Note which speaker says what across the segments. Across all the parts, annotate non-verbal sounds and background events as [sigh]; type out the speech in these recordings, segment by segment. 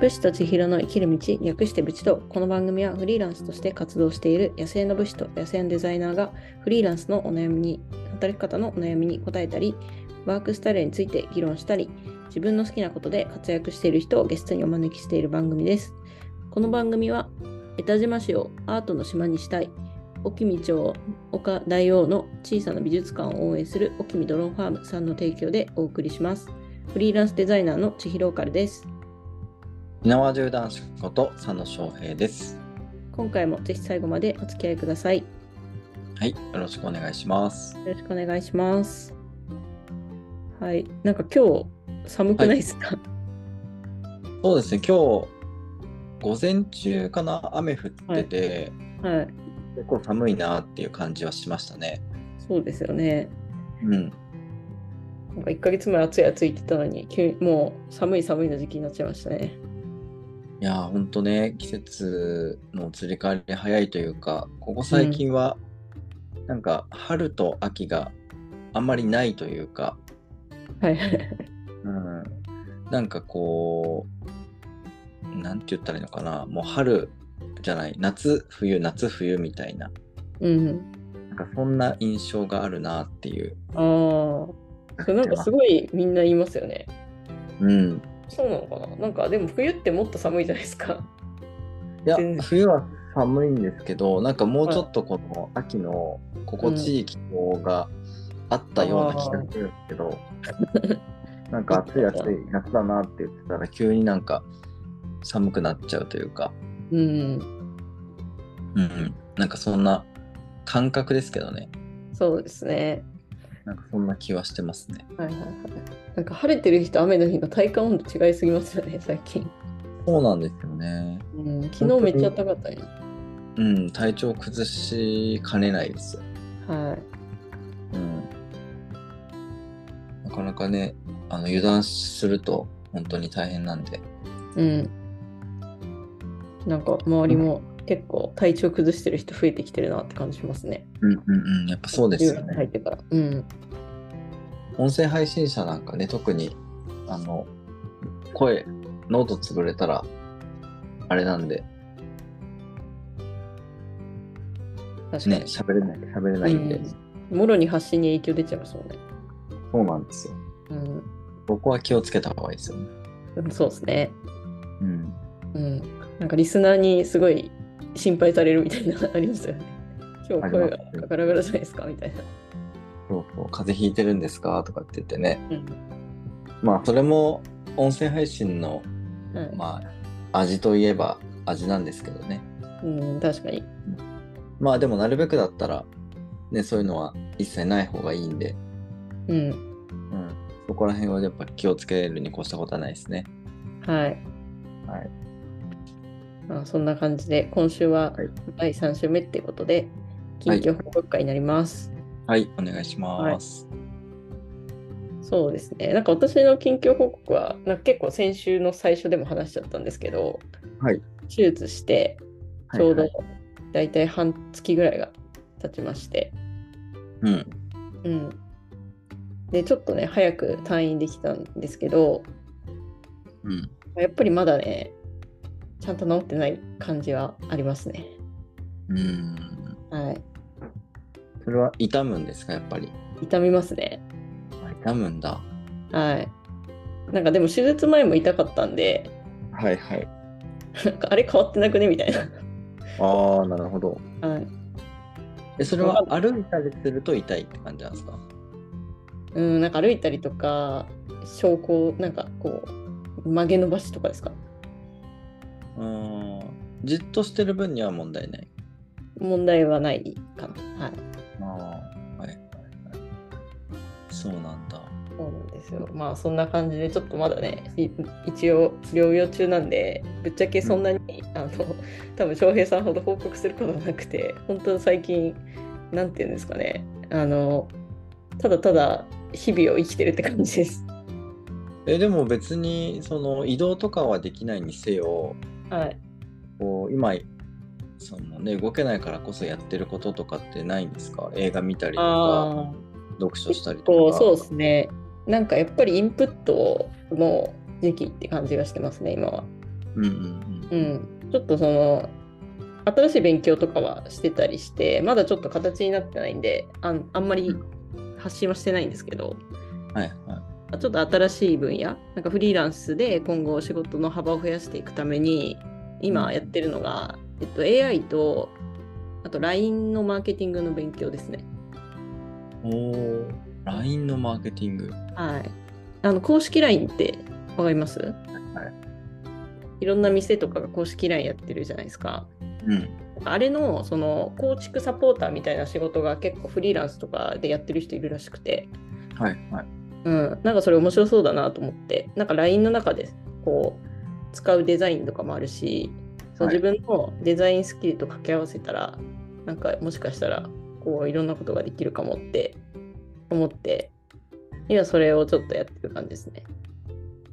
Speaker 1: 武士と千尋の生きる道、略してブチ道。この番組はフリーランスとして活動している野生の武士と野生のデザイナーがフリーランスのお悩みに、働き方のお悩みに答えたり、ワークスタイルについて議論したり、自分の好きなことで活躍している人をゲストにお招きしている番組です。この番組は、江田島市をアートの島にしたい、沖見町岡大王の小さな美術館を応援する沖見ドローンファームさんの提供でお送りします。フリーランスデザイナーの千尋オカルです。
Speaker 2: 縄縦男子こと佐野翔平です。
Speaker 1: 今回もぜひ最後までお付き合いください。よ
Speaker 2: はい、よろしくお願いします。
Speaker 1: ろしくお願いします。はい、なんか今日寒くないですか、
Speaker 2: そうですね、今日午前中かな、雨降ってて、
Speaker 1: はい、
Speaker 2: 結構寒いなっていう感じはしましたね。
Speaker 1: そうですよね。
Speaker 2: うん、
Speaker 1: なんか1ヶ月前暑い暑いって言ってたのに、急にもう寒い寒いの時期になっちゃいましたね。
Speaker 2: いやー、ほんとね、季節の移り変わり早いというか、ここ最近は、なんか春と秋があんまりないというか、
Speaker 1: はいはい。 [laughs]
Speaker 2: うん、なんかこう、なんて言ったらいいのかな、もう春じゃない、夏、冬、夏、冬みたいな。
Speaker 1: うん。
Speaker 2: なんかそんな印象があるなっていう。
Speaker 1: ああ。そうなんかすごいみんな言いますよね。
Speaker 2: うん。
Speaker 1: そうなのかななんかでも冬ってもっと寒いじゃないですか。
Speaker 2: いや
Speaker 1: 全然、
Speaker 2: 冬は寒いんですけど、なんかもうちょっとこの秋の心地いい気候があったような気がするんです
Speaker 1: [laughs]
Speaker 2: けど、なんか暑い暑い夏だなって言ってたら急になんか寒くなっちゃうというか、
Speaker 1: うん。
Speaker 2: うんうん、なんかそんな感覚ですけどね。
Speaker 1: そうですね。
Speaker 2: なんかそんな気はしてますね。
Speaker 1: はいはいはい。なんか晴れてる日と雨の日の体感温度違いすぎますよね、最近。
Speaker 2: そうなんですよね。
Speaker 1: うん、昨日めっちゃ暖かったね。
Speaker 2: うん、体調崩しかねないですよ
Speaker 1: は
Speaker 2: うんなかなかね、あの油断すると本当に大変なんで。
Speaker 1: い。うん。なんか周りも結構体調崩してる人増えてきてるなって感じしますね。
Speaker 2: うんうんうん、やっぱそうですよ
Speaker 1: 10月入っ
Speaker 2: ね。
Speaker 1: てから。うん。
Speaker 2: 音声配信者なんかね、特に、あの、声、ノート潰れたら、あれなんで、
Speaker 1: 確かに。
Speaker 2: ね、喋れない、喋れないんで、
Speaker 1: うんもろに発信に影響出ちゃいますもんね。
Speaker 2: そうなんですよ。ここは気をつけた方がいいですよね。
Speaker 1: うん。そうですね。
Speaker 2: うん。
Speaker 1: うん。なんかリスナーにすごい心配されるみたいなのありますよね。今日声がガラガラじゃないですかみたいな。
Speaker 2: そうそう、風邪ひいてるんですかとかって言ってね。
Speaker 1: うん。
Speaker 2: まあ、それも、音声配信の、
Speaker 1: はい
Speaker 2: まあ、味といえば味なんですけどね。
Speaker 1: うん、確かに。
Speaker 2: まあでもなるべくだったら、ね、そういうのは一切ない方がいいんで、
Speaker 1: うん。
Speaker 2: うん、そこら辺はやっぱ気をつけるに越したことはないですね。
Speaker 1: はい。
Speaker 2: はい。
Speaker 1: まあ、そんな感じで、今週は
Speaker 2: はい
Speaker 1: 第3週目っていうことで、緊急報告会になります。
Speaker 2: はい、お願いします。
Speaker 1: そうですね。なんか私の近況報告は、なんか結構先週の最初でも話しちゃったんですけど、
Speaker 2: はい
Speaker 1: 手術して、ちょうどだいたい半月ぐらいが経ちまして、
Speaker 2: うん。
Speaker 1: うん。で、ちょっとね、早く退院できたんですけど、
Speaker 2: うん。
Speaker 1: やっぱりまだね、ちゃんと治ってない感じはありますね。
Speaker 2: うん。
Speaker 1: はい。
Speaker 2: それは痛むんですか、やっぱり。
Speaker 1: 痛みますね。
Speaker 2: あ痛むんだ。
Speaker 1: はい。なんかでも手術前も痛かったんで、 [laughs]
Speaker 2: はいはい。
Speaker 1: なんかあれ変わってなくねみたい
Speaker 2: ああ、なるほど。
Speaker 1: な。はい。
Speaker 2: え、それは歩いたりすると痛いって感じなんですか
Speaker 1: うん、なんか歩いたりとか、昇降、なんかこう、曲げ伸ばしとかですか
Speaker 2: うん。じっとしてる分には問題ない。
Speaker 1: 問題はないかな。はい。
Speaker 2: ああ。はいはいはい。そうなんだ。
Speaker 1: そうなんですよ。まあそんな感じで、ちょっとまだね、い一応療養中なんで、ぶっちゃけそんなに、あの、多分翔平さんほど報告することはなくて、本当最近、なんていうんですかね、あの、ただただ日々を生きてるって感じです。
Speaker 2: えでも別にその移動とかはできないにせよ
Speaker 1: はい。
Speaker 2: こう今その、ね、動けないからこそやってることとかってないんですか映画見たりとか
Speaker 1: ああ、
Speaker 2: 読書したり
Speaker 1: ことう
Speaker 2: か
Speaker 1: そうですね。なんかやっぱりインプットの時期って感じがしてますね、今は。
Speaker 2: うんうん
Speaker 1: うん、ちょっとその新しい勉強とかはしてたりしてまだちょっと形になってないんであんあんまり発信はしてないんですけど
Speaker 2: うん。はいは
Speaker 1: ちょっと新しい分野なんかフリーランスで今後仕事の幅を増やしていくために今やってるのが、えっと、AI とあと LINE のマーケティングの勉強ですね。
Speaker 2: い。おお。LINE のマーケティング。
Speaker 1: はい、あの公式 LINE ってわかります、はいい、ろんな店とかが公式 LINE やってるじゃないですか。
Speaker 2: うん。
Speaker 1: あれのその構築サポーターみたいな仕事が結構フリーランスとかでやってる人いるらしくて、
Speaker 2: はいはい。
Speaker 1: うん、なんかそれ面白そうだなと思ってなんか LINE の中でこう使うデザインとかもあるしそう
Speaker 2: はい
Speaker 1: 自分のデザインスキルと掛け合わせたら、なんかもしかしたらこういろんなことができるかもって思って今それをちょっとやってる感じですね。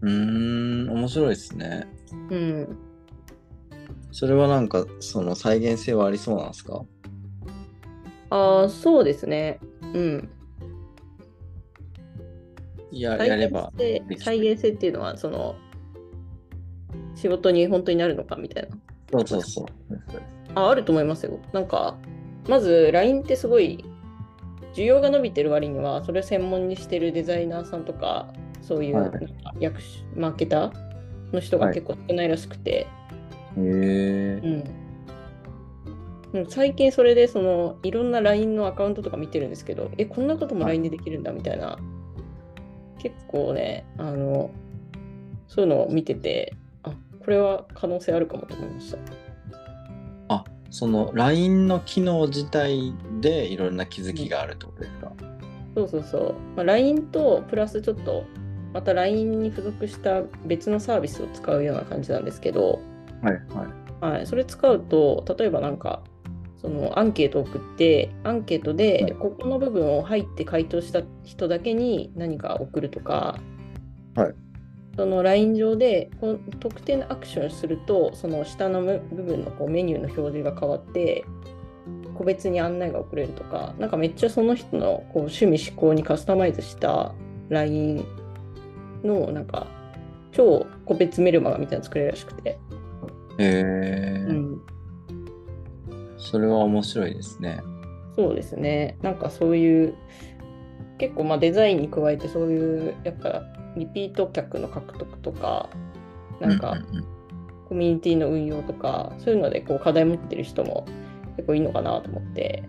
Speaker 2: うーん、面白いですね。
Speaker 1: うん、
Speaker 2: それはなんか、その再現性はありそうなんですか
Speaker 1: ああそうですね。うん、
Speaker 2: いや、や
Speaker 1: 再
Speaker 2: れ
Speaker 1: 現
Speaker 2: ば。
Speaker 1: 性
Speaker 2: できる
Speaker 1: 再現性っていうのはその仕事に本当になるのかみたいな
Speaker 2: そうそうそう。
Speaker 1: ああると思いますよなんかまず LINE ってすごい需要が伸びてる割にはそれを専門にしてるデザイナーさんとかそういう
Speaker 2: はい
Speaker 1: なんか役所マーケターの人が
Speaker 2: はい
Speaker 1: 結構少ないらしくて、
Speaker 2: へえ。
Speaker 1: うんでも最近それでそのいろんな LINE のアカウントとか見てるんですけどえこんなことも
Speaker 2: はい
Speaker 1: LINE でできるんだみたいな結構ねあのそういうのを見ててあこれは可能性あるかもと思いました
Speaker 2: その LINE の機能自体でいろんな気づきがあるってことですか、
Speaker 1: そうそうそう、まあ、LINE とプラスちょっとまた LINE に付属した別のサービスを使うような感じなんですけど、
Speaker 2: はいはい。
Speaker 1: はい、それ使うと例えばなんかそのアンケートを送ってアンケート
Speaker 2: はい
Speaker 1: でここの部分を入って回答した人だけに何か送るとか、
Speaker 2: はい
Speaker 1: その LINE 上でこの特定のアクションをするとその下のむ部分のこうメニューの表示が変わって個別に案内が送れるとかなんかめっちゃその人のこう趣味嗜好にカスタマイズした LINE のなんか超個別メルマガみたいなの作れるらしくて。
Speaker 2: へえ、それは面白いですね。
Speaker 1: そうですね。なんかそういう、結構まあデザインに加えて、そういう、やっぱリピート客の獲得とか、なん
Speaker 2: う
Speaker 1: か
Speaker 2: ううん
Speaker 1: コミュニティの運用とか、そういうのでこう課題持ってる人も結構いいのかなと思って、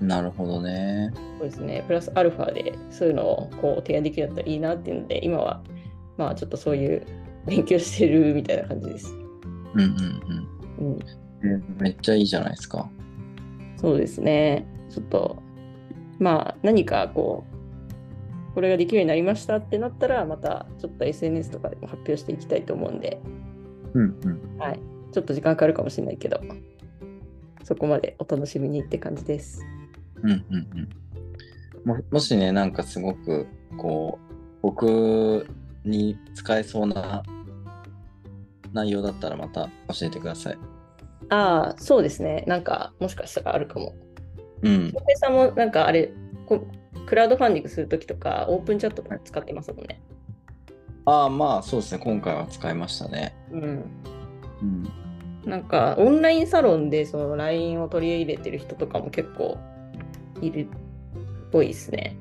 Speaker 2: なるほどね。
Speaker 1: そうですね、プラスアルファでそういうのをこう提案できるようになったらいいなっていうので、今はまあちょっとそういう勉強してるみたいな感じです。
Speaker 2: うんうん
Speaker 1: うん、
Speaker 2: うん。めっちゃいいじゃないですか。
Speaker 1: そうですね。ちょっと、まあ、何かこう、これができるようになりましたってなったら、またちょっと SNS とかでも発表していきたいと思うんで、
Speaker 2: うんうん。
Speaker 1: ちょっと時間かかるかもしれないけど、そこまでお楽しみにって感じです。
Speaker 2: うんうんうん。ももしね、なんかすごく、こう、僕に使えそうな内容だったらまた教えてください。
Speaker 1: ああ、そうですね。なんか、もしかしたらあるかも。
Speaker 2: うん。
Speaker 1: 小平さんも、なんかあれ、こクラウドファンディングするときとか、オープンチャットとか使ってますもんね。
Speaker 2: ああ、まあそうですね。今回は使いましたね。
Speaker 1: うん。
Speaker 2: うん。
Speaker 1: なんかオンラインサロンでその LINE を取り入れてる人とかも結構いるっぽいですね。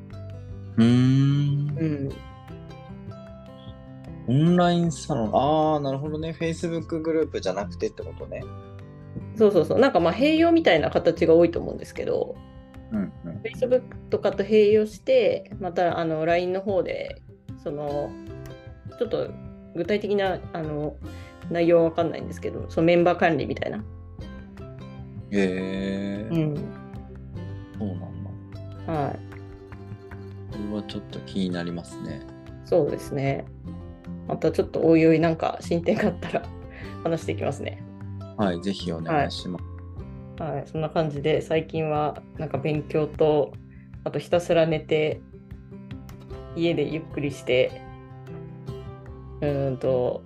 Speaker 2: うーん。
Speaker 1: ん。
Speaker 2: オンラインサロン。ああ、なるほどね。Facebook グループじゃなくてってことね。
Speaker 1: そうそうそう。なんかまあ併用みたいな形が多いと思うんですけど、
Speaker 2: うんうん。
Speaker 1: Facebook とかと併用して、またあの LINE の方で、その、ちょっと具体的なあの内容はわかんないんですけど、そのメンバー管理みたいな。
Speaker 2: へえ、
Speaker 1: ん。
Speaker 2: そうなんだ。
Speaker 1: はい。
Speaker 2: これはちょっと気になりますね。
Speaker 1: そうですね。またちょっとおいおいなんか進展があったら話していきますね。
Speaker 2: はい、ぜひお願いします。
Speaker 1: はい、そんな感じで最近はなんか勉強とあとひたすら寝て家でゆっくりしてうーんと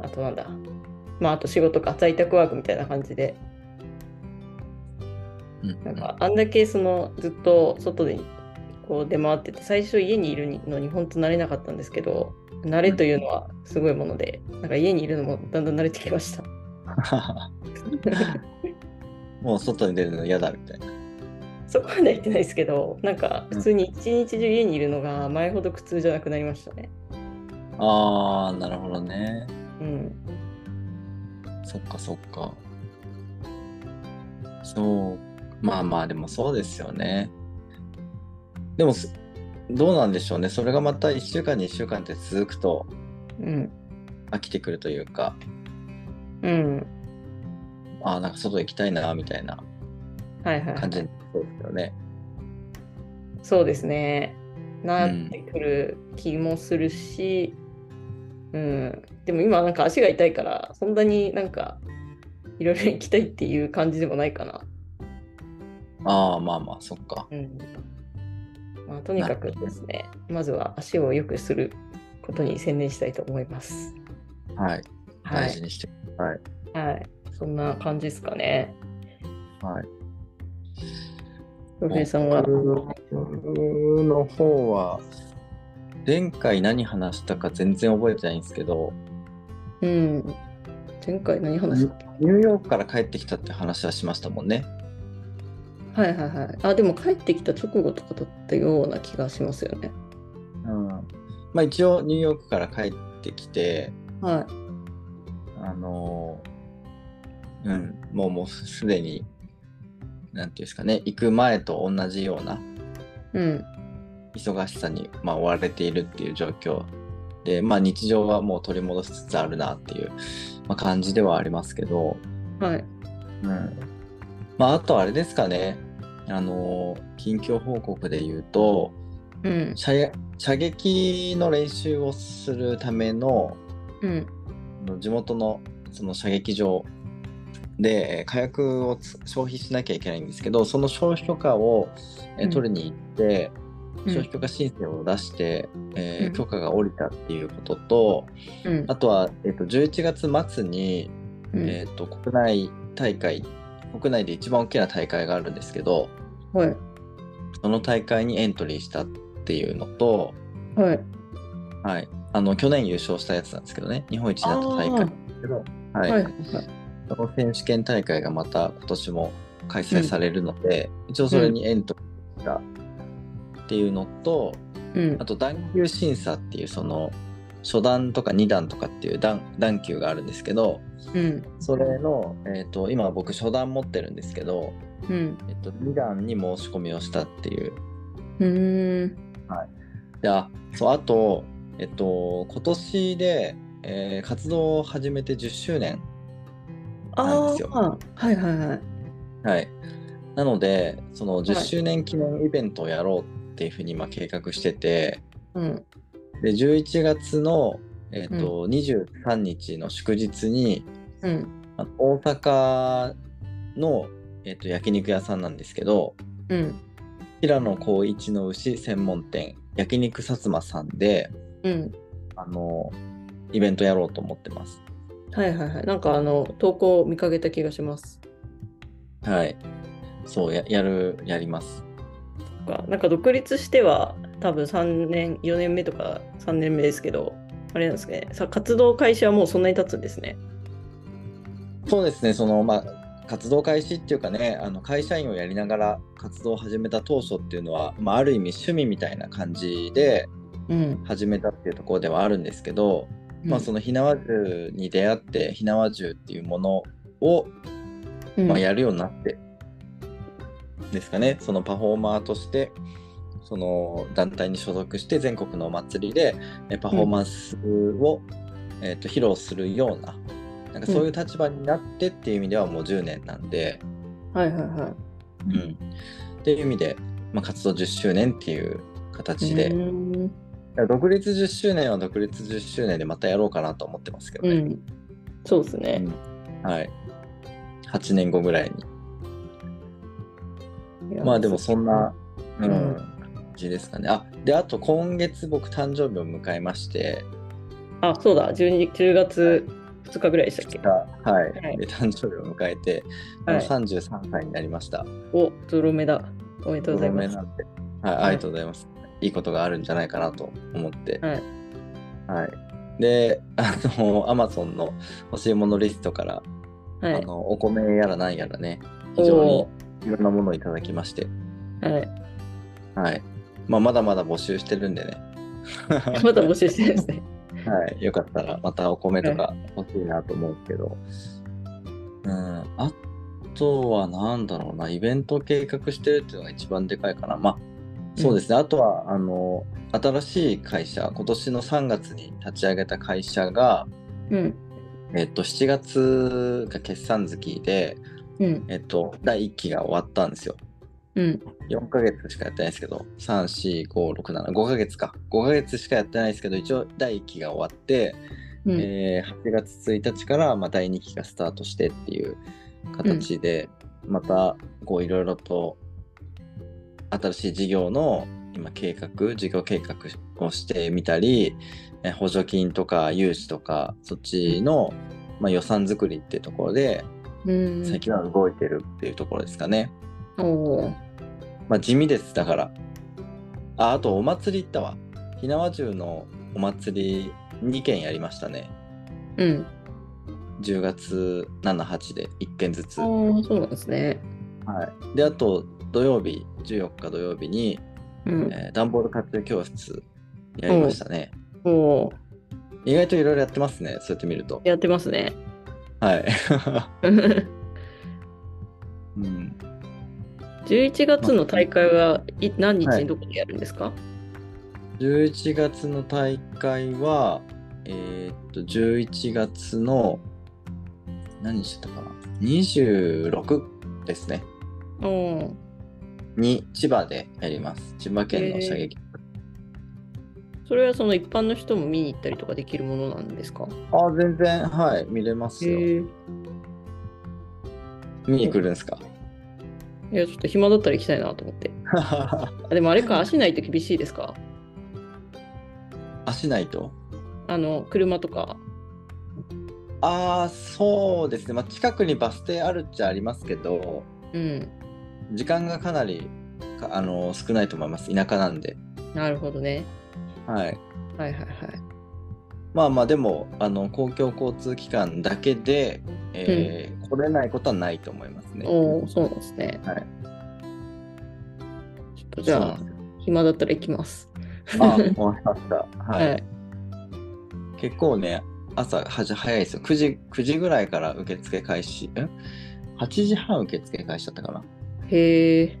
Speaker 1: あとなんだまああと仕事か在宅ワークみたいな感じで
Speaker 2: うん
Speaker 1: なんかあんだけそのずっと外でこう出回ってて最初家にいるのに本当慣れなかったんですけど慣れというのはすごいものでなんか家にいるのもだんだん慣れてきました。
Speaker 2: [laughs] もう外に出るの嫌だみたいな。
Speaker 1: そこまでは言ってないですけどなんか普通に一日中家にいるのが前ほど苦痛じゃなくなりましたね。
Speaker 2: ああ、なるほどね。
Speaker 1: うん、
Speaker 2: そっかそっか。そう。まあまあ、でもそうですよね。でもす、どうなんでしょうね。それがまた1週間、2週間って続くと
Speaker 1: うん、
Speaker 2: 飽きてくるというか、
Speaker 1: うん、
Speaker 2: ああ、なんか外行きたいな、みたいな
Speaker 1: はいはい、
Speaker 2: 感じになりそうですよね。
Speaker 1: そうですね。なってくる気もするし、うん、でも今なんか足が痛いから、そんなになんかいろいろ行きたいっていう感じでもないかな。
Speaker 2: ああ、まあまあ、そっか。
Speaker 1: うん。まあ、とにかくですね、まずは足を良くすることに専念したいと思います。
Speaker 2: はい。
Speaker 1: は
Speaker 2: 大事
Speaker 1: い。
Speaker 2: にして。
Speaker 1: はい、そんな感じですかね。
Speaker 2: はい。
Speaker 1: 洋平さんは。
Speaker 2: 僕の方は、前回何話したか全然覚えてないんですけど、
Speaker 1: うん。前回何話したっけ
Speaker 2: ニューヨークから帰ってきたって話はしましたもんね。
Speaker 1: はいはいはい。あ、でも帰ってきた直後とかだったような気がしますよね。
Speaker 2: うん。まあ一応ニューヨークから帰ってきて、
Speaker 1: はい。
Speaker 2: あのーうん、もうもうすでに、なんていうんですかね、行く前と同じような
Speaker 1: うん、
Speaker 2: 忙しさに、まあ、追われているっていう状況で、まあ日常はもう取り戻しつつあるなっていう、まあ、感じではありますけど、
Speaker 1: はい。
Speaker 2: うん。まああとあれですかね、あのー近況報告で言うと、
Speaker 1: うん、
Speaker 2: 射射撃の練習をするための
Speaker 1: うん、
Speaker 2: あの地元のその射撃場でえー火薬をつ消費しなきゃいけないんですけどその消費許可を、えー
Speaker 1: うん
Speaker 2: 取りに行って、
Speaker 1: う
Speaker 2: 消
Speaker 1: ん
Speaker 2: 費、許可申請を出して、えー
Speaker 1: うん
Speaker 2: 許可が下りたっていうことと
Speaker 1: うん
Speaker 2: あとは、えー、と11月末に、
Speaker 1: うん
Speaker 2: えー、と国内大会国内で一番大きな大会があるんですけど
Speaker 1: はい、
Speaker 2: その大会にエントリーしたっていうのと、
Speaker 1: はい。
Speaker 2: はい、あの去年優勝したやつなんですけどね、日本一になった大会なんですけど、は
Speaker 1: はいい、はい、
Speaker 2: その選手権大会がまた今年も開催されるので、一応それにエントリーしたっていうのと、
Speaker 1: うん
Speaker 2: あ、と段級審査っていう、その初段とか2段とかっていう段段級があるんですけど、
Speaker 1: うん、
Speaker 2: それの、えー、と今僕初段持ってるんですけど、
Speaker 1: うん、
Speaker 2: えっと2段に申し込みをしたっていう
Speaker 1: うーん、
Speaker 2: であそうあと、えっと、今年で、えー活動を始めて10周年。なん
Speaker 1: あ
Speaker 2: ですよ
Speaker 1: あ、はい、はい、はい。
Speaker 2: はい。なので、その10
Speaker 1: はい
Speaker 2: 周年記念イベントをやろうっていうふうに今計画してて、
Speaker 1: うん、
Speaker 2: で11月の、えっと23日の祝日に、
Speaker 1: うん、
Speaker 2: あの大阪の、えっと焼肉屋さんなんですけど、
Speaker 1: うん、
Speaker 2: 平野浩一の牛専門店、焼肉薩摩さんで、
Speaker 1: うん、
Speaker 2: あの、イベントやろうと思ってます。
Speaker 1: はい、はい、はい。なんかあの投稿を見かけた気がします。
Speaker 2: はい。そう、ややる、やります。
Speaker 1: なんかなんか独立しては多分3年、4年目とか3年目ですけど、あれなんですかね。さ活動開始はもうそんなに経つんですね。
Speaker 2: そうですね、その、まあ、活動開始っていうかね、あの会社員をやりながら活動を始めた当初っていうのは、まあ、ある意味趣味みたいな感じで
Speaker 1: うん、
Speaker 2: 始めたっていうところではあるんですけど、まあ、そ
Speaker 1: の、
Speaker 2: の火縄銃に出会って、火縄銃っていうものを、
Speaker 1: うん、
Speaker 2: まあ、やるようになって、ですかね、そのパフォーマーとして、その団体に所属して全国のお祭りでえパフォーマンスを、えーと披露するようななんかそういう立場になってっていう意味ではもう10年なんで、
Speaker 1: はい、はい、は
Speaker 2: うんっていう意味で、まあ、活動10周年ってい
Speaker 1: い。
Speaker 2: う形で、
Speaker 1: う
Speaker 2: い
Speaker 1: ーん
Speaker 2: や独立10周年は独立10周年でまたやろうかなと思ってますけど
Speaker 1: う
Speaker 2: ね、
Speaker 1: ん、そうですね。
Speaker 2: うんはい、8年後ぐらいに。
Speaker 1: いや
Speaker 2: まあでもそんな、うん
Speaker 1: うん
Speaker 2: 感じですかね。あであと今月僕誕生日を迎えまして、
Speaker 1: あ、そうだ、12 10月2日ぐらいでしたっけ。
Speaker 2: はい
Speaker 1: はい
Speaker 2: で誕生日を迎えて、
Speaker 1: はい
Speaker 2: もう33歳になりました。
Speaker 1: お、ゾロ目だ。おめでとうございます。
Speaker 2: なんではい、ありがとうございます。いいことがあるんじゃないかなと思って。
Speaker 1: はい。
Speaker 2: はい、で、あの、アマゾンの欲しいものリストから、
Speaker 1: は
Speaker 2: あ
Speaker 1: い。
Speaker 2: のお米やらなんやらね、非常にいろんなものをいただきまして、
Speaker 1: おーはい。
Speaker 2: はい。まあ、まだまだ募集してるんでね。
Speaker 1: [laughs] また募集してるんですね。
Speaker 2: はい、よかったらまたお米とか欲しいなと思うけど、うん、あとはなんだろうな、イベント計画してるっていうのが一番でかいかな。まあ、そうですね、あとはあの新しい会社、今年の3月に立ち上げた会社が、
Speaker 1: うん。
Speaker 2: えっと、7月が決算月で、
Speaker 1: うん。
Speaker 2: えっと、第1期が終わったんですよ。
Speaker 1: うん。
Speaker 2: 4ヶ月しかやってないですけど、3、4、5、6、7、5ヶ月か。5ヶ月しかやってないですけど、一応第1期が終わって、
Speaker 1: うん。
Speaker 2: えー8月1日からまあ第2期がスタートしてっていう形で、またこういろいろと新しい事業の今計画事業計画をしてみたりえー補助金とか融資とかそっちの、まあ、予算作りっていうところで
Speaker 1: うん。
Speaker 2: 最近は動いてるっていうところですかね、
Speaker 1: おー
Speaker 2: まあ、地味ですだからああとお祭り行ったわ火縄銃のお祭り2件やりましたね
Speaker 1: うん。
Speaker 2: 10月78で1件ずつ、は
Speaker 1: ああ、そうなんですね。
Speaker 2: い、であと土曜日14日土曜日に、
Speaker 1: うん。
Speaker 2: えー段ボール活用教室やりましたね、
Speaker 1: おー
Speaker 2: 意外といろいろやってますねそうやって見ると
Speaker 1: やってますね。 [laughs]
Speaker 2: はいうん、
Speaker 1: 11月の大会はい何日にどこでやるんですか、
Speaker 2: 11月の大会はえーっと11月の何してたかな26ですね
Speaker 1: おお
Speaker 2: に千葉でやります千葉県の射撃
Speaker 1: それはその一般の人も見に行ったりとかできるものなんですか
Speaker 2: ああ全然はい見れますよ、
Speaker 1: へえ。
Speaker 2: 見に来るんですか [laughs]
Speaker 1: いや、ちょっと暇だったら行きたいなと思って。あでもあれか、足ないと厳しいですか
Speaker 2: 足ないと
Speaker 1: あの、車とか。
Speaker 2: ああそうですね、まあ、近くにバス停あるっちゃありますけど
Speaker 1: うん。
Speaker 2: 時間がかなりかあの少ないと思います田舎なんで、
Speaker 1: なるほどね。
Speaker 2: はい、
Speaker 1: はいはいはい。
Speaker 2: まあまあでもあの公共交通機関だけで、えー来れないことはないと思いますね
Speaker 1: おおそうなんですね。
Speaker 2: はい。
Speaker 1: ちょっとじゃあ
Speaker 2: そう、なん
Speaker 1: 暇だったら行きます。
Speaker 2: ですよあー思いました、はい
Speaker 1: はい。
Speaker 2: 結構ね朝はじ早いですよ9時 ,9 時ぐらいから受付開始ん8時半受付開始だったかな
Speaker 1: へえ。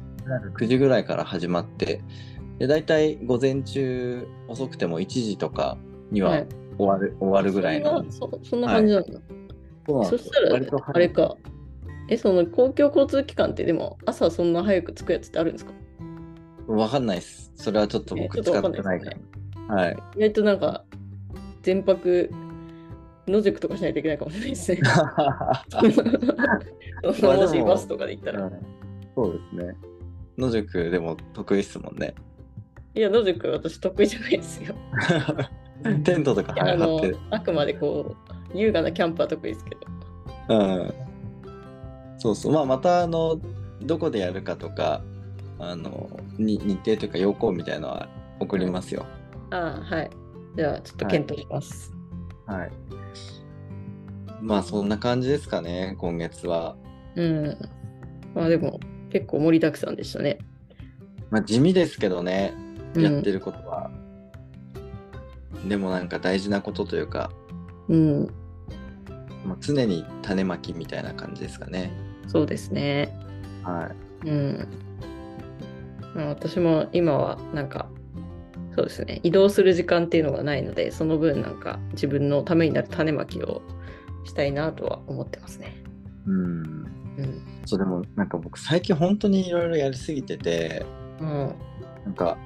Speaker 2: 9時ぐらいから始まってで大体午前中遅くても1時とかに
Speaker 1: は
Speaker 2: は。終わる,、終わるぐらい
Speaker 1: そ
Speaker 2: の
Speaker 1: んなそそんな感じなんだ。
Speaker 2: そうなん
Speaker 1: そ
Speaker 2: で
Speaker 1: し
Speaker 2: す
Speaker 1: たら
Speaker 2: 割と、早い
Speaker 1: あれか。え、その公共交通機関ってでも朝そんな早く着くやつってあるんですか
Speaker 2: わかんないですそれはちょっと
Speaker 1: えち
Speaker 2: 僕
Speaker 1: ょっと
Speaker 2: 使
Speaker 1: わか
Speaker 2: っ
Speaker 1: んな
Speaker 2: て
Speaker 1: い
Speaker 2: ない
Speaker 1: で
Speaker 2: か
Speaker 1: す
Speaker 2: ら
Speaker 1: ね
Speaker 2: はい
Speaker 1: 意外となんか、全泊、野宿とかしないといけないかもしれないですね。
Speaker 2: [laughs] まあで
Speaker 1: も
Speaker 2: も
Speaker 1: しバスとかで行ったら。
Speaker 2: そうですね野宿でも得意っすもんね
Speaker 1: いや、野宿私得意じゃないです
Speaker 2: [laughs]
Speaker 1: よ。
Speaker 2: テントとか
Speaker 1: いやあ
Speaker 2: 張
Speaker 1: の
Speaker 2: って、
Speaker 1: あくまでこう、優雅なキャンプは得意ですけど。
Speaker 2: うん、そうそうまあまたあのどこでやるかとかあのに日程というか要項みたいなのは送りますよ、
Speaker 1: ああ、はい。じゃあ、ちょっと検討します。
Speaker 2: はい。まあそんな感じですかね、今月は。
Speaker 1: うん。まあでも、結構盛りだくさんでしたね。
Speaker 2: まあ地味ですけどね、
Speaker 1: うん、
Speaker 2: やってることは。でもなんか大事なことというか、
Speaker 1: うん。
Speaker 2: まあ、常に種まきみたいな感じですかね。
Speaker 1: そうですね。
Speaker 2: はい。
Speaker 1: うん。まあ、私も今はなんか、そうですね。移動する時間っていうのがないので、その分なんか自分のためになる種まきをしたいなとは思ってますね。
Speaker 2: うん。
Speaker 1: うん。
Speaker 2: そうでもなんか僕最近本当にいろいろやりすぎてて、
Speaker 1: うん、
Speaker 2: なんか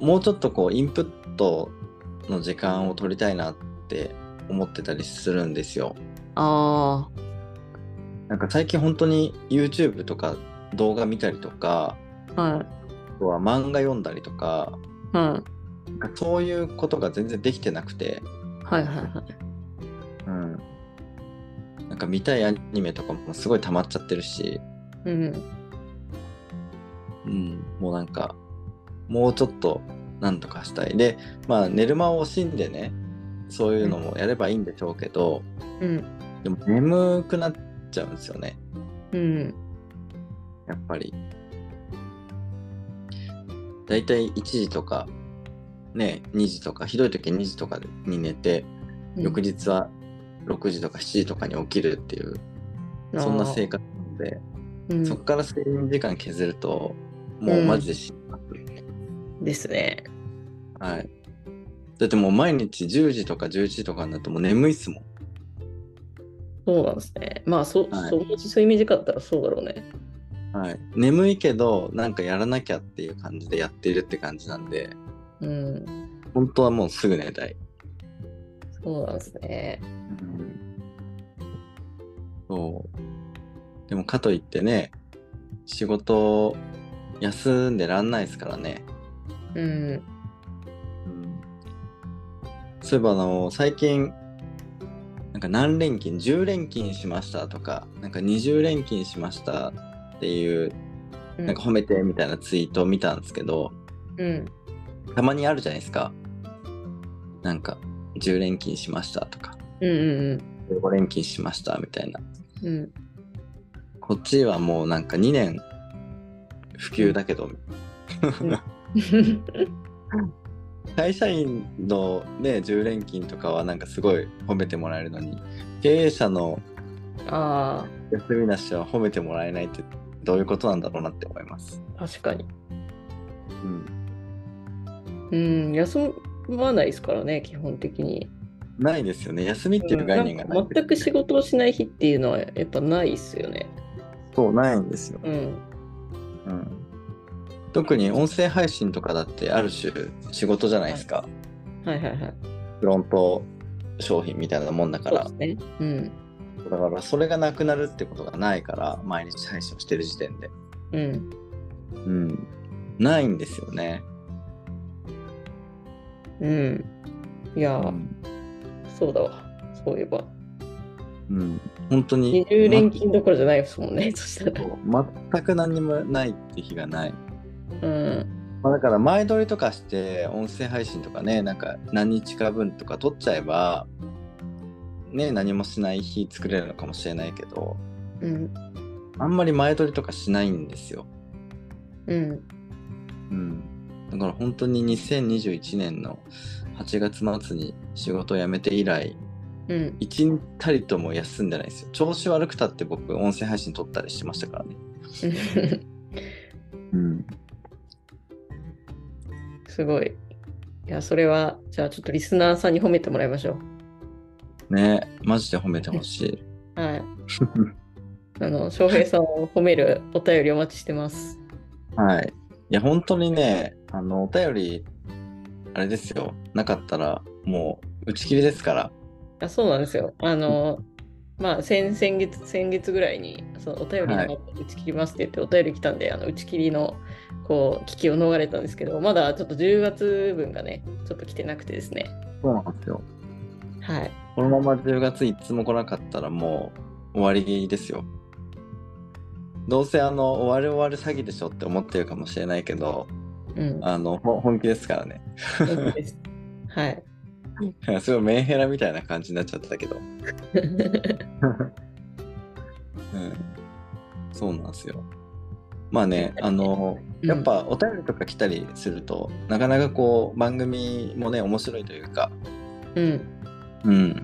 Speaker 2: もうちょっとこうインプットの時間を取りたいなって思ってたりするんですよ。
Speaker 1: あ
Speaker 2: なんか最近本当に YouTube とか動画見たりとか、
Speaker 1: あ、は
Speaker 2: あとは漫画読んだりとか、
Speaker 1: い、はい、
Speaker 2: なんかそういうことが全然できてなくて、
Speaker 1: はい、はいはい。
Speaker 2: うん。なんか見たいアニメとかもすごい溜まっちゃってるし、
Speaker 1: うん、
Speaker 2: うん、もうなんか、もうちょっとなんとかしたい。で、まあ、寝る間を惜しんでね、そういうのもやればいいんでしょうけど、
Speaker 1: うん。
Speaker 2: でも眠くなっちゃうんですよね、
Speaker 1: うん。
Speaker 2: やっぱり。だいたい1時とか、ね、2時とか、ひどい時2時とかに寝て、翌日は6時とか7時とかに起きるっていう、そんな生活なので、
Speaker 1: 活、うん
Speaker 2: そこから睡眠時間削ると、もうマジで死にます、
Speaker 1: ですね。
Speaker 2: はい。だってもう毎日10時とか11時とかになるともう眠いっすもん。
Speaker 1: そうなんですね。まあ、そ、
Speaker 2: はい
Speaker 1: そう睡眠時間だったらそうだろうね。
Speaker 2: はい、眠いけどなんかやらなきゃっていう感じでやってるって感じなんで
Speaker 1: うん。
Speaker 2: 本当はもうすぐ寝たい、
Speaker 1: そうなんですね。
Speaker 2: そうでもかといってね仕事休んでらんないですからね、
Speaker 1: うん。
Speaker 2: そういえばあの最近なんか何連勤10連勤しましたとかなんか20連勤しましたっていう
Speaker 1: う
Speaker 2: なんか褒めてみたいなツイートを見たんですけど、
Speaker 1: うん。
Speaker 2: たまにあるじゃないですか。なんか、10連勤しましたとか、
Speaker 1: うんうん
Speaker 2: 15連勤しましたみたいな。
Speaker 1: うん。うん。
Speaker 2: こっちはもうなんか2年普及だけど、会社員のね、10連勤とかはなんかすごい褒めてもらえるのに、経営者の
Speaker 1: あ
Speaker 2: 休みなしは褒めてもらえないってどういうことなんだろうなって思います。
Speaker 1: あ、確かに。
Speaker 2: うん。
Speaker 1: うん、休まないですからね、基本的に。
Speaker 2: ないですよね。休みっていう概念がない、
Speaker 1: なんか全く仕。事をしない日っていうのはやっぱないっすよね。
Speaker 2: そう、ないんですよ。
Speaker 1: うん。
Speaker 2: うん。特に音声配信とかだってある種仕事じゃないですか。
Speaker 1: はいはいはい。
Speaker 2: フロント商品みたいなもんだか
Speaker 1: そう
Speaker 2: ら
Speaker 1: で、すね。うん。
Speaker 2: だからそれがなくなるってことがないから、毎日配信をしてる時点で。
Speaker 1: うん。
Speaker 2: うん。ないんですよね。
Speaker 1: うん。いやー、
Speaker 2: うん
Speaker 1: そうだわ。そういえば。
Speaker 2: うん。本当に。
Speaker 1: 20連勤どころじゃないですもんね、そしたら。
Speaker 2: ま全く何にもないって日がない。
Speaker 1: うん。
Speaker 2: まあ、だから前撮りとかして、音声配信とかね、なんか何日か分とか撮っちゃえば、ね、何もしない日作れるのかもしれないけど、
Speaker 1: うん。
Speaker 2: あんまり前撮りとかしないんですよ。
Speaker 1: うん。
Speaker 2: うん、だから本当に2021年の8月末に仕事を辞めて以来
Speaker 1: うん。 [laughs]
Speaker 2: 一日たりとも休んでないですよ調子悪くたって僕音声配信撮ったりしてましたからね、うん、
Speaker 1: すごい。いや、それは、じゃあちょっとリスナーさんに褒めてもらいましょ
Speaker 2: ねマジで褒めてほしい
Speaker 1: う。
Speaker 2: [laughs]
Speaker 1: はい。あの、翔平さんを褒めるお便りお待ちしてます。
Speaker 2: はいいや本当にねあのお便りあれですよなかったらもう打ち切りですから
Speaker 1: あそうなんですよ。あの、まあ、先先月、先月ぐらいに、そのお便り
Speaker 2: は
Speaker 1: の
Speaker 2: い
Speaker 1: 打ち切りますって言って、お便り来たんで、あの打ち切りの、こう、危機を逃れたんですけど、まだちょっと10月分がね、ちょっと来てなくてですね。
Speaker 2: そうなんですよ
Speaker 1: はい。
Speaker 2: このまま10月いつも来なかったらもう終わりですよ。どうせあの終わる終わる詐欺でしょって思ってるかもしれないけど、
Speaker 1: うん。
Speaker 2: あのほ本気ですからね。 [laughs]
Speaker 1: 本当ですはい。
Speaker 2: すごいメンヘラみたいな感じになっちゃった [laughs] けど。うん、そうなんですよ。まあね、あの、 [laughs] やっぱお便りとか来たりすると、なかなかこう番組もね、面白いというか、
Speaker 1: うん。
Speaker 2: うん、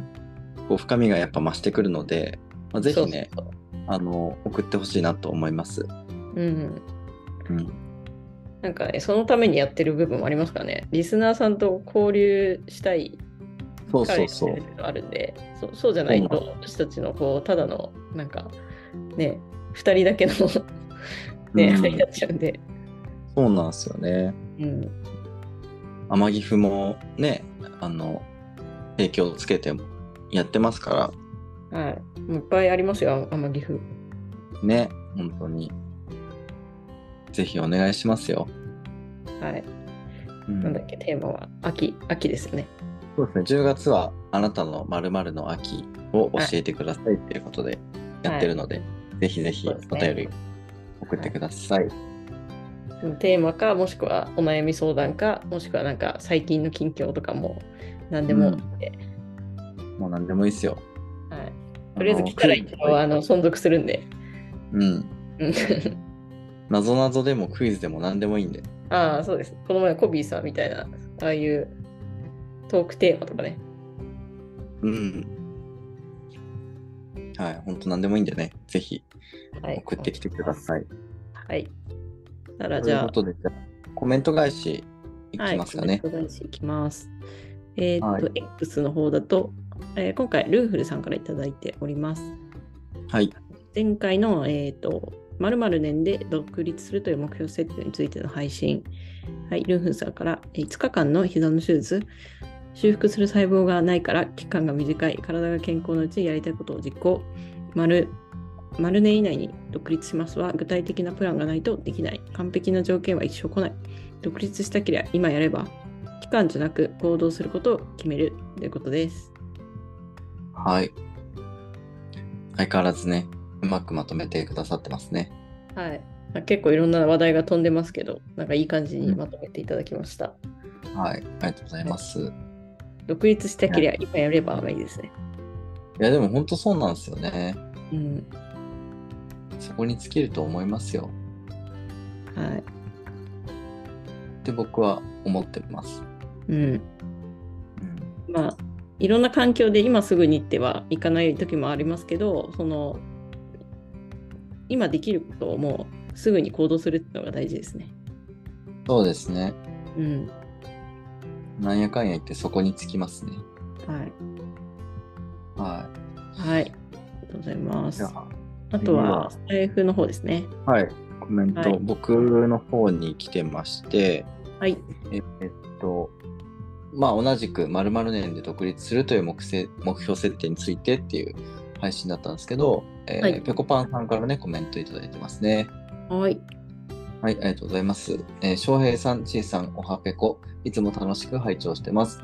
Speaker 2: こう深みがやっぱ増してくるので、まあ、ぜひね、
Speaker 1: そうそう
Speaker 2: あの送ってほしいなと思います。
Speaker 1: そう。うん。
Speaker 2: うん、
Speaker 1: なんかね、そのためにやってる部分もありますからね。リスナーさんと交流したい
Speaker 2: そう
Speaker 1: 彼
Speaker 2: そ
Speaker 1: ら
Speaker 2: うそう
Speaker 1: って。いうのがあるんでそうそうじゃないと
Speaker 2: そう
Speaker 1: 私たちのこうただのなんかね2人だけのね、
Speaker 2: うん
Speaker 1: あれになっちゃうんで、
Speaker 2: そうなんですよね。
Speaker 1: うん、
Speaker 2: 天城府もね、あの、提供つけてもやってますか
Speaker 1: はいもういっぱいありますよ天岐阜
Speaker 2: ら、ね、本当に。ぜひお願いしますよ。
Speaker 1: はい、
Speaker 2: うん
Speaker 1: なんだっけテーマは秋秋ですよね
Speaker 2: そうですね。10月はあなたの〇〇の秋を教えてくださいっていうことでやってるので、ぜひぜひ
Speaker 1: そうです
Speaker 2: お
Speaker 1: ね
Speaker 2: 便り送ってください。
Speaker 1: のテーマか、もしくはお悩み相談か、もしくはなんか最近の近況とかも何でもいいんで、
Speaker 2: もう何でもいいっすよ。
Speaker 1: はい、とりあえず来たら一応あの存続するんで。
Speaker 2: うん。
Speaker 1: うん [laughs]
Speaker 2: なぞなぞでもクイズでも何でもいいんで。
Speaker 1: ああ、そうです。この前コビーさんみたいな、ああいうトークテーマとかね。
Speaker 2: うん。はい、本当何でもいいんでね。ぜひ
Speaker 1: はい、
Speaker 2: 送ってきてください。
Speaker 1: はい。なら
Speaker 2: と
Speaker 1: じ
Speaker 2: いう
Speaker 1: ゃあ
Speaker 2: こ、とで、じゃあコメント返しい
Speaker 1: は
Speaker 2: き
Speaker 1: い、
Speaker 2: ますかね。
Speaker 1: コメント返しいきます。えーっと、
Speaker 2: は
Speaker 1: X の方だと、えー今回、ルーフルさんからいただいております。
Speaker 2: はい。
Speaker 1: 前回の、えーっと、〇〇年で独立するという目標設定についての配信。はい、ルーフルさんから、えー5日間の膝の手術。修復する細胞がないから、期間が短い。体が健康なうちにやりたいことを実行。丸丸年以内に独立しますは具体的なプランがないとできない。完璧な条件は一生来ない。独立したけりゃ今やれば、期間じゃなく行動することを決めるということです。
Speaker 2: はい。相変わらずね、うまくまとめてくださってますね。
Speaker 1: はい。結構いろんな話題が飛んでますけど、なんかいい感じにまとめていただきました。
Speaker 2: はい。ありがとうございます。い
Speaker 1: 独立したけりゃ今やればがいいですね。
Speaker 2: や、でも本当そうなんですよね。
Speaker 1: うん。
Speaker 2: そこに尽きると思いますよ。
Speaker 1: はい。
Speaker 2: って僕は思ってます。
Speaker 1: うん。
Speaker 2: うん
Speaker 1: まあ、いろんな環境で今すぐにってはいかない時もありますけど、その、今できることをもうすぐに行動するっていうのが大事ですね。
Speaker 2: そうですね。
Speaker 1: うん。
Speaker 2: なんやかんや言ってそこに尽きますね。
Speaker 1: はい。
Speaker 2: は
Speaker 1: はい。ありがとうございま
Speaker 2: い。じ
Speaker 1: す
Speaker 2: ゃ。あ、
Speaker 1: あとは、スタイフの方ですね。
Speaker 2: はい。コメント、
Speaker 1: はい
Speaker 2: 僕の方に来てまして、
Speaker 1: はい。
Speaker 2: ええっと、まあ、同じく〇〇年で独立するという目せ目標設定についてっていう配信だったんですけど、えー
Speaker 1: はい
Speaker 2: ペコパンさんからね、コメントいただいてますね。
Speaker 1: はい。
Speaker 2: はい、ありがとうございます。えー翔平さん、ちいさん、おはぺこ、いつも楽しく拝聴してます。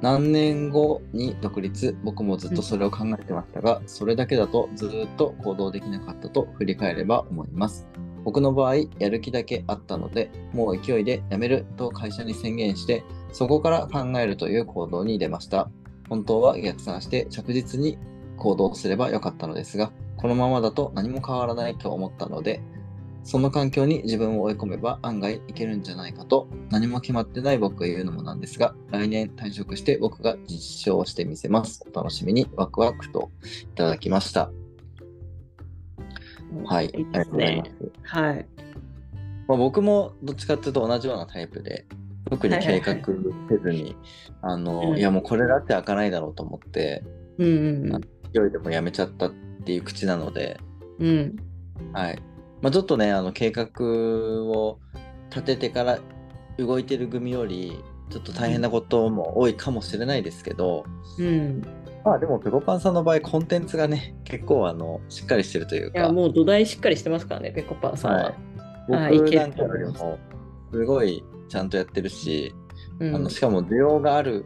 Speaker 2: 何年後に独立、僕もずっとそれを考えてましたが、それだけだとずっと行動できなかったと振り返れば思います。僕の場合、やる気だけあったので、もう勢いで辞めると会社に宣言して、そこから考えるという行動に出ました。本当は逆算して着実に行動すればよかったのですが、このままだと何も変わらないと思ったので、その環境に自分を追い込めば案外いけるんじゃないかと、何も決まってない僕が言うのもなんですが、来年退職して僕が実証してみせます。お楽しみに、ワクワクといただきました。はい、
Speaker 1: いい
Speaker 2: あり
Speaker 1: で
Speaker 2: が
Speaker 1: す
Speaker 2: とうございま
Speaker 1: ね
Speaker 2: す。。
Speaker 1: はい。
Speaker 2: まあ、僕もどっちかっていうと同じようなタイプで、特に計画せずに、あ
Speaker 1: う
Speaker 2: の、
Speaker 1: ん
Speaker 2: いやもうこれだって開かないだろうと思って、
Speaker 1: うんうん
Speaker 2: 勢いでもやめちゃったっていう口なので、
Speaker 1: うん。うん。
Speaker 2: はい。まあ、ちょっとね、あの計画を立ててから動いてる組より、ちょっと大変なことも多いかもしれないですけど、
Speaker 1: うん。
Speaker 2: まあでも、ペコパンさんの場合、コンテンツがね、結構あのしっかりしてるという
Speaker 1: い
Speaker 2: か、
Speaker 1: や、もう土台しっかりしてますからね、ぺこぱさん
Speaker 2: は。、
Speaker 1: はいあ
Speaker 2: 僕
Speaker 1: いけ
Speaker 2: な
Speaker 1: る
Speaker 2: ん
Speaker 1: と
Speaker 2: か
Speaker 1: 思い
Speaker 2: より
Speaker 1: ます
Speaker 2: も、すごいちゃんとやってるし、
Speaker 1: う
Speaker 2: あ
Speaker 1: ん
Speaker 2: のしかも需要がある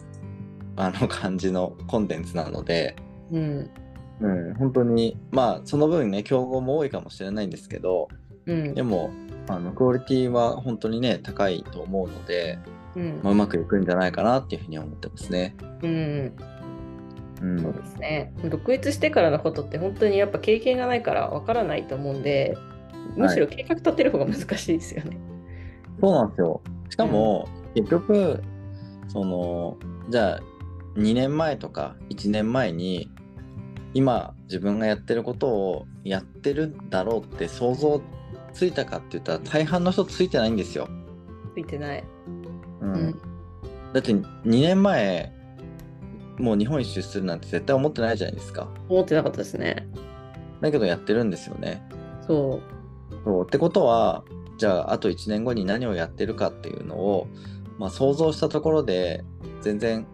Speaker 2: あの感じのコンテンツなので、
Speaker 1: うん。
Speaker 2: うん、本当に、まあ、その分ね、競合も多いかもしれないんですけど、
Speaker 1: うん
Speaker 2: で。もあのクオリティは本当にね高いと思うので、
Speaker 1: うん
Speaker 2: まあ、うまくいくんじゃないかなっていうふうに思ってますね。
Speaker 1: うん。
Speaker 2: うん
Speaker 1: そうですね。独立してからのことって本当にやっぱ経験がないからわからないと思うんで、むしろ計画立てる方が難しいですよね。 [laughs]
Speaker 2: そうなんですよしかも、結局そのじゃあ2年前とか1年前に今自分がやってることをやってるだろうって想像ついたかって言ったら大半の人ついてないんですよ。
Speaker 1: ついてない。
Speaker 2: うん
Speaker 1: うん
Speaker 2: だって2年前もう日本一周するなんて絶対思ってないじゃないですか。
Speaker 1: 思ってなかったですね。
Speaker 2: だけどやってるんですよね。
Speaker 1: そ
Speaker 2: そうってことはじゃああと1年後に何をやってるかっていうのを、まあ、想像したところで全然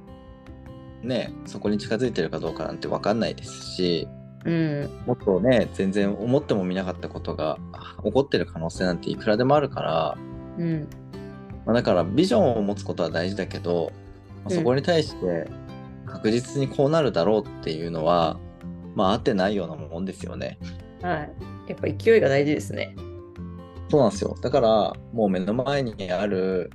Speaker 2: ねそこに近づいてるかどうかなんて分かんないですし
Speaker 1: う。うん。
Speaker 2: もっとね全然思ってもみなかったことがあ起こってる可能性なんていくらでもあるから、
Speaker 1: うん。
Speaker 2: まあ、だからビジョンを持つことは大事だけど、まあ
Speaker 1: うん
Speaker 2: そこに対して確実にこうなるだろうっていうのは、まあ合ってないようなもんですよね。
Speaker 1: はい。やっぱ勢いが大事ですね。
Speaker 2: そうなんですよ。だから、もう目の前にある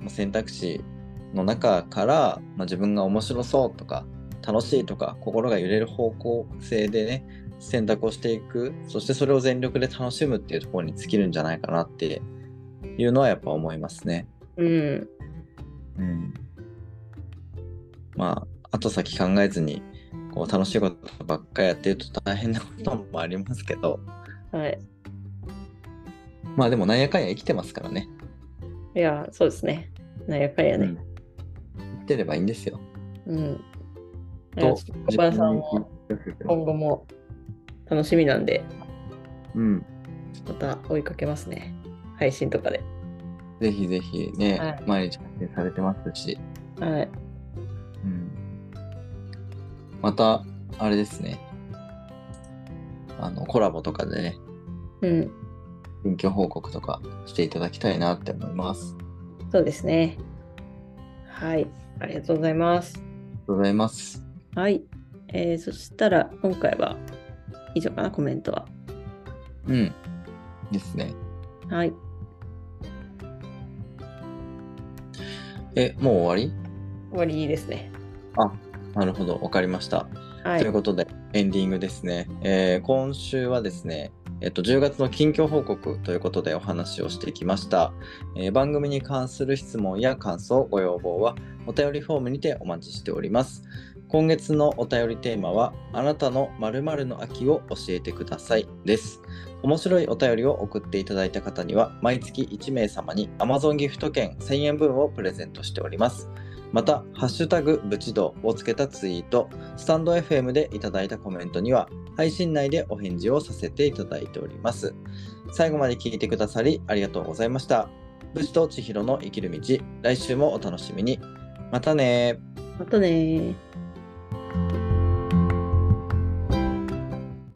Speaker 2: まあ選択肢の中から、まあ、自分が面白そうとか、楽しいとか、心が揺れる方向性でね、選択をしていく、そしてそれを全力で楽しむっていうところに尽きるんじゃないかなっていうのはやっぱ思いますね。
Speaker 1: うん。
Speaker 2: うん。まあ、後先考えずに、こう楽しいことばっかりやってると大変なこともありますけど、
Speaker 1: はい。
Speaker 2: まあでもなんやかんや生きてますからね。
Speaker 1: いや、そうですね。なんやかんやね。
Speaker 2: うん生きてればいいんですよ。
Speaker 1: うん。
Speaker 2: と
Speaker 1: 小林さんも今後も楽しみなんで、
Speaker 2: うん。
Speaker 1: また追いかけますね。配信とかで。
Speaker 2: ぜひぜひね、
Speaker 1: はい
Speaker 2: 毎日発信されてますし、
Speaker 1: はい。
Speaker 2: うん。また、あれですね。あの、コラボとかでね、
Speaker 1: うん。
Speaker 2: 近況報告とかしていただきたいなって思います。あ
Speaker 1: そうですね。はい。ありがとうございます。
Speaker 2: りがとうございます。
Speaker 1: はい。えー、そしたら、今回は以上かな、コメントは。
Speaker 2: うん。ですね。
Speaker 1: はい。
Speaker 2: え、もう終わ
Speaker 1: 終わりですね。
Speaker 2: りなるほど、わかりました。
Speaker 1: は
Speaker 2: とい。
Speaker 1: いう
Speaker 2: ことで、エンディングですね。えー今週はですね、えっと、10月の近況報告ということでお話をしてきました、えー番組に関する質問や感想、ご要望はお便りフォームにてお待ちしております。今月のお便りテーマは、あなたの〇〇の秋を教えてくださいです。面白いお便りを送っていただいた方には、毎月1名様に Amazon ギフト券1000円分をプレゼントしております。また、ハッシュタグ、ブチドウをつけたツイート、スタンド FM でいただいたコメントには配信内でお返事をさせていただいております。最後まで聞いてくださりありがとうございました。武士と千尋の生きる道、来週もお楽しみに。またねー。
Speaker 1: またねー。